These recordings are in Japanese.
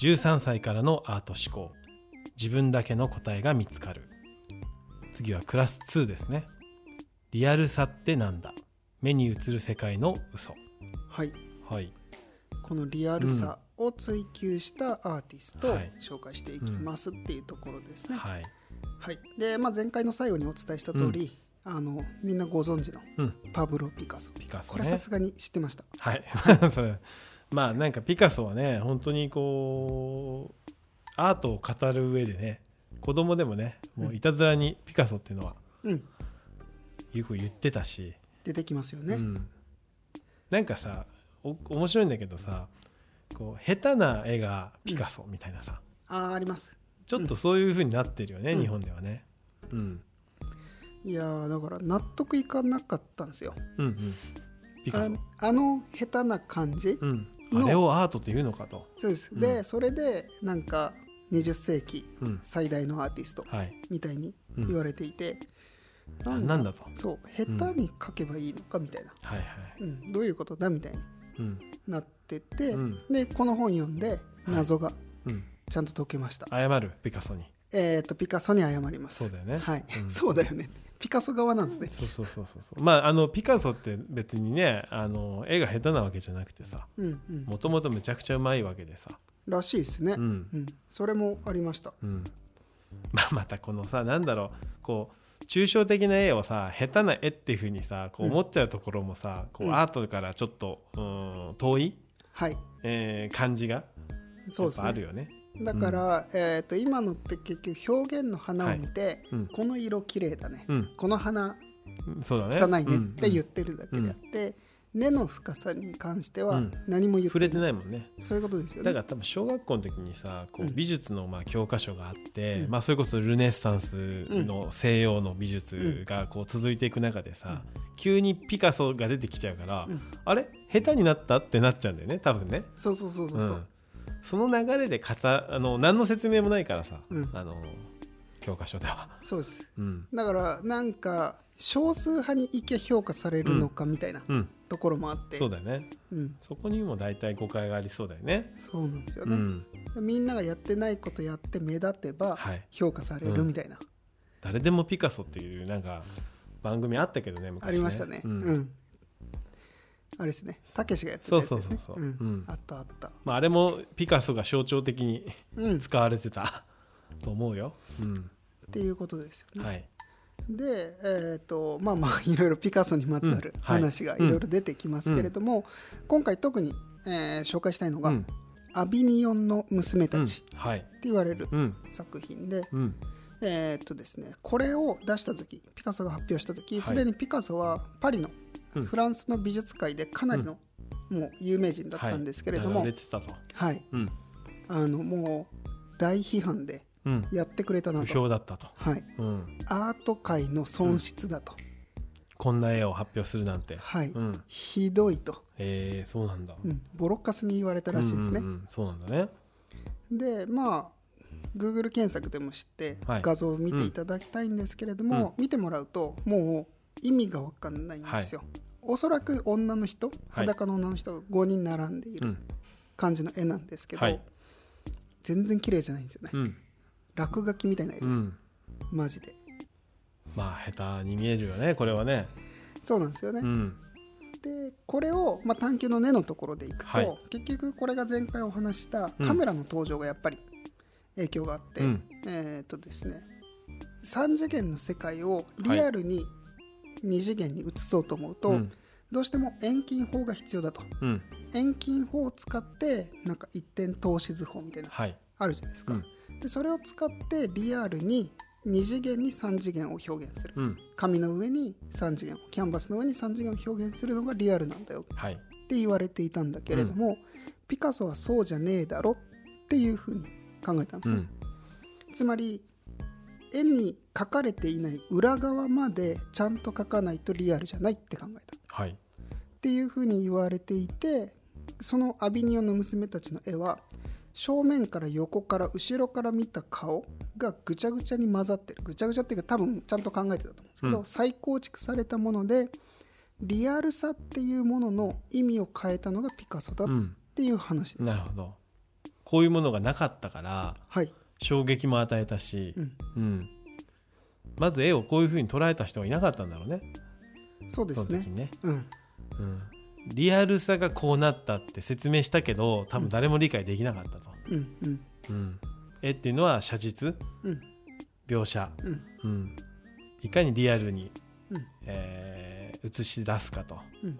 13歳からのアート思考自分だけの答えが見つかる次はクラス2ですねリアルさってなんだ目に映る世界の嘘はいはいこのリアルさを追求したアーティストをはい紹介していきますっていうところですね、はいはいで、まあ、前回の最後にお伝えした通り、あのみんなご存知のうんパブロ・ピカソピカソこれさねすがに知ってましたはい それまあなんかピカソはね本当にこうアートを語る上でね子供でもねもういたずらにピカソっていうのはうんよく言ってたし、出てきますよね、うん、なんかさお面白いんだけどさこう下手な絵がピカソみたいなさ、あーありますちょっとそういう風になってるよね、うん日本ではね、うん、いやーだから納得いかなかったんですようんうんピカソああの下手な感じ、うんのあれをアートというのかと、そうです、うんでそれでなんか20世紀うん、最大のアーティストはいみたいにうん言われていて、あかなんだとそう下手に描けばいいのかみたいな、はいはいうん、どういうことだみたいにうんなってて、うんでこの本読んで謎がうんちゃんと解けました、謝るピカソにえっ、とピカソに謝りますそうだよねはい、うん そうだよねピカソ側なんですねそうそうそうそうそうまああのピカソって別にねあの絵が下手なわけじゃなくてさうんうんもともとめちゃくちゃうまいわけでさらしいですね、ううんんそれもありましたうん まあまたこのさなんだろうこう抽象的な絵をさ下手な絵っていうふうにさこううん思っちゃうところもさ、こううんアートからちょっと、うん、遠い、はいえー感じがそやっうですぱあねるよね。だから、えー、と今のって結局表現の花を見て、うんこの色綺麗だね、うん、この花そうだね。汚いねって言っうんてるだけであって、根の深さに関してうはん何も言って触れてないもんね。そういうことですよだねから多分小学校の時にさこううん美術のまあ教科書があって、うんまあ、それこそルネッサンスの西洋の美術がこう続いていく中でさ、急にピカソが出てきちゃうから、うんあれ下手になったってなっちゃうんだよね多分ね。そうそうそうそううそんう、、その流れでかたあの何の説明もないからさ、うんあの教科書では。そうですうんだからなんか少数派にいけ評価されるのかみたいなうん、ところもあって、うん、そうだよねそこにも大体誤解がありそうだよね。そうなんですようね、ん、みんながやってないことやって目立てばはい評価されるみたいな、誰でもピカソっていうなんか番組あったけどね昔ねありましたね。ううんん。あれですね。たけしがやってたそうやつそうですそうね。そうううんん。あったあった。まあ、あれもピカソが象徴的にうん。っ使われてたと思うよ。うんていうことですよね。はいで、えっ、とまあまあいろいろピカソにまつわるうんはい話がいろいろ出てきますけれども、今回特に、えー紹介したいのが、うんアビニオンの娘うたんちってはい言われるうん作品で、うんえっ、とですね、これを出した時、ピカソが発表した時、いすでにピカソはパリのうんフランスの美術界でかなりの、もう有名人だったんですけれどはも、い、流れてたと。はい、うんあのもう大批判でうん、やってくれたな不と、評だったと、はい、うん。アート界の損失だと、こんな絵を発表するなんて。はいうん、ひどいと、えー、そうなんだ。うん、ボロッカスに言われたらしいでうんうすね、んうんそうなんだね。でまあ Google 検索でも知ってはい画像を見ていただきたいんですけれども、見てもらうともう意味が分かんないんですよ、おそらく女の人はい裸の女の人が5人並んでいうるん、感じの絵なんですけど、はい全然綺麗じゃないんですよね、うん、落書きみたいな絵でうす、ん。マジでまあ、下手に見えるよね、これはね。そうなんですよね、うん、でこれを、まあ、探求の根のところでいくと、はい結局これが前回お話したうんカメラの登場がやっぱり影響があって、うんえっ、とですね3次元の世界をリアルに2次元に移そうと思うと、うん、どうしても遠近法が必要だとうん、遠近法を使ってなんか一点透視図法みたいなのはい、あるじゃないですか、うんでそれを使ってリアルに2次元に3次元を表現するうん、紙の上に3次元をキャンバスの上に3次元を表現するのがリアルなんだよはい、って言われていたんだけれども、ピカソはそうじゃねえだろっていうふうに考えたうんですね、ん、つまり絵に描かれていない裏側までちゃんと描かないとリアルじゃないって考えたっはい、ていうふうに言われていてそのアビニオンの娘たちの絵は正面から横から後ろから見た顔がぐちゃぐちゃに混ざってるぐちゃぐちゃっていうか多分ちゃんと考えてたと思うんですけど、うん再構築されたものでリアルさっていうものの意味を変えたのがピカソだっうん、っていう話です。なるほど。こういうものがなかったからはい、衝撃も与えたしう、ん、うん、まず絵をこういうふうに捉えた人はいなかったんだろうねそうですそのね時にね、うんうん、リアルさがこうなったって説明したけど多分誰も理解できなかったと、うんうんうん、絵っていうのは写実うん描写、うんうん、いかにリアルに、うんえー映し出すかとうん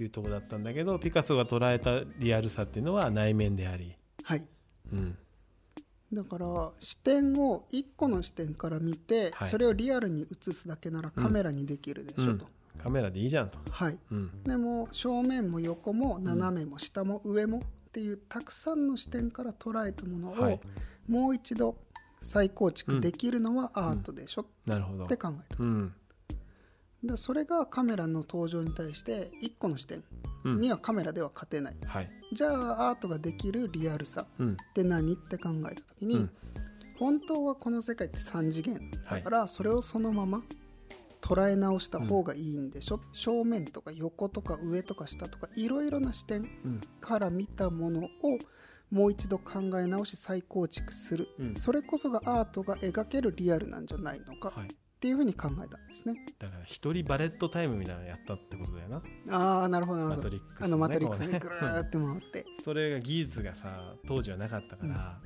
いうところだったんだけどピカソが捉えたリアルさっていうのは内面であり、はいうんだから視点を1個の視点から見て、はいそれをリアルに映すだけならカメラにできるでしょと、うんカメラでいいじゃんと、はいうんでも正面も横も斜めも下も上もっていうたくさんの視点から捉えたものを、はいもう一度再構築できるのはアートでしょなるほどっ、て考えた、うんでそれがカメラの登場に対して1個の視点うんにはカメラでは勝てない、はいじゃあアートができるリアルさうんって何って考えた時に、うん本当はこの世界って3次元だからそれをそのまま捉え直した方がいいんでしょ、正面とか横とか上とか下とかいろいろな視点うんから見たものをもう一度考え直し再構築する、うんそれこそがアートが描けるリアルなんじゃないのかはいっていうふうに考えたんですね。だから一人バレットタイムみたいなのやったってことだよなああなるほどなマるほトど。リックスあのマトリックスねにぐこるうねーって回 ってそれが技術がさ当時はなかったから、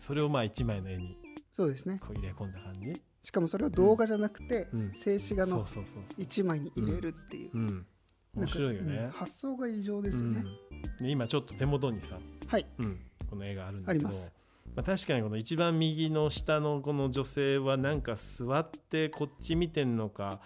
それをまあ一枚の絵にそうですねこう入れ込んだ感じ、しかもそれを動画じゃなくて、うん静止画そうのそうそう1枚に入れるっていうう、ん、面白いよなんかうねん、発想が異常ですよね、うんで今ちょっと手元にさ、はいうんこの絵があるんだけどありますまあ、確かにこの一番右の下のこの女性はなんか座ってこっち見てんのか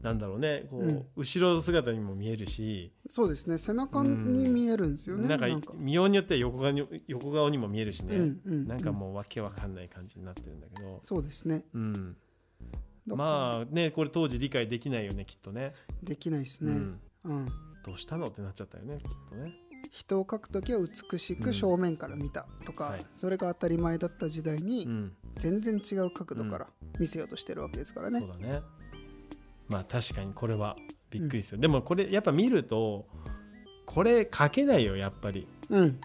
なんだろうねこう、うん後ろ姿にも見えるし、そうですね背中に見えるんですよね、なんか見ようによっては横顔に横顔にも見えるしね、うんうんなんかもうわけわかんない感じになってるんだけど、そうですねうん、あまあねこれ当時理解できないよねきっとねできないですうね、ん、うんどうしたのってなっちゃったよねきっとね。人を描く時は美しうくん正面から見たとか、はいそれが当たり前だった時代うにん全然違う角度から見せようとしてるわけですからね、そうだねまあ確かにこれはびっくりする、でもこれやっぱ見るとこれ書けないよやっぱりうん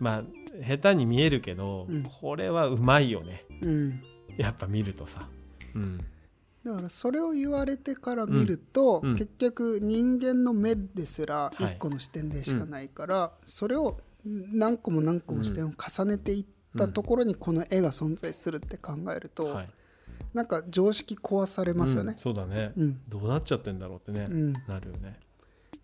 まあ下手に見えるけど、うんこれはうまいよねうんやっぱ見るとさうんだからそれを言われてから見ると、うんうん結局人間の目ですらい1個の視点でしかないから、それを何個も何個も視点を重ねていったところにこの絵が存在するって考えると、はいなんか常識壊されますようねん、そうだね、うんどうなっちゃってんだろうってね、うんなるよね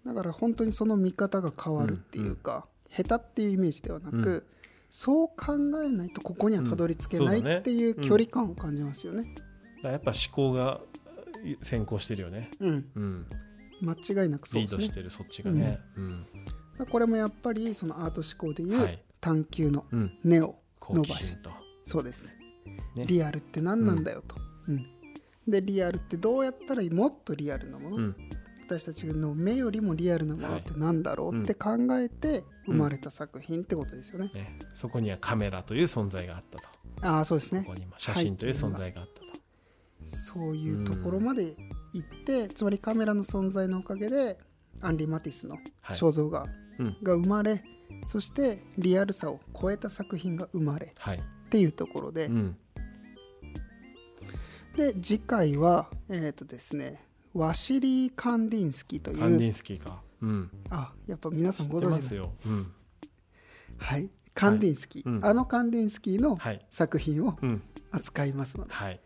だから本当にその見方が変わるっていうか、下手っていうイメージではなく、うんそう考えないとここにはたどり着けなういんそうだねっていう距離感を感じますよね。だからやっぱ思考が先行してるよねうん、うん間違いなくそうリでーすドしね。てるそっちがねうん、だからこれもやっぱりそのアート思考でいう、はい探求のうん、根を好伸ば奇し心とそうです、ねリアルって何なんだよと、うんでリアルってどうやったらもっとリアルなもの、うん私たちの目よりもリアルなものって何だろうって考えてう生んまれた作品ってことですよね、ねそこにはカメラという存在があったとああそうですこねこにも写真という存在があったと、そういうところまで行って、つまりカメラの存在のおかげでアンリ・マティスのはい肖像画うんが生まれ、そしてリアルさを超えた作品が生まれはいっていうところで、うん、で次回はえっ、とですねワシリー・カンディンスキといカンディうンスキーか、うん、あやっぱ皆知さんっごて存ま知すのよ、うん、はいカンディンスキ、うんあのカンディンスキーのはい、作品をうん、扱いますので、はい、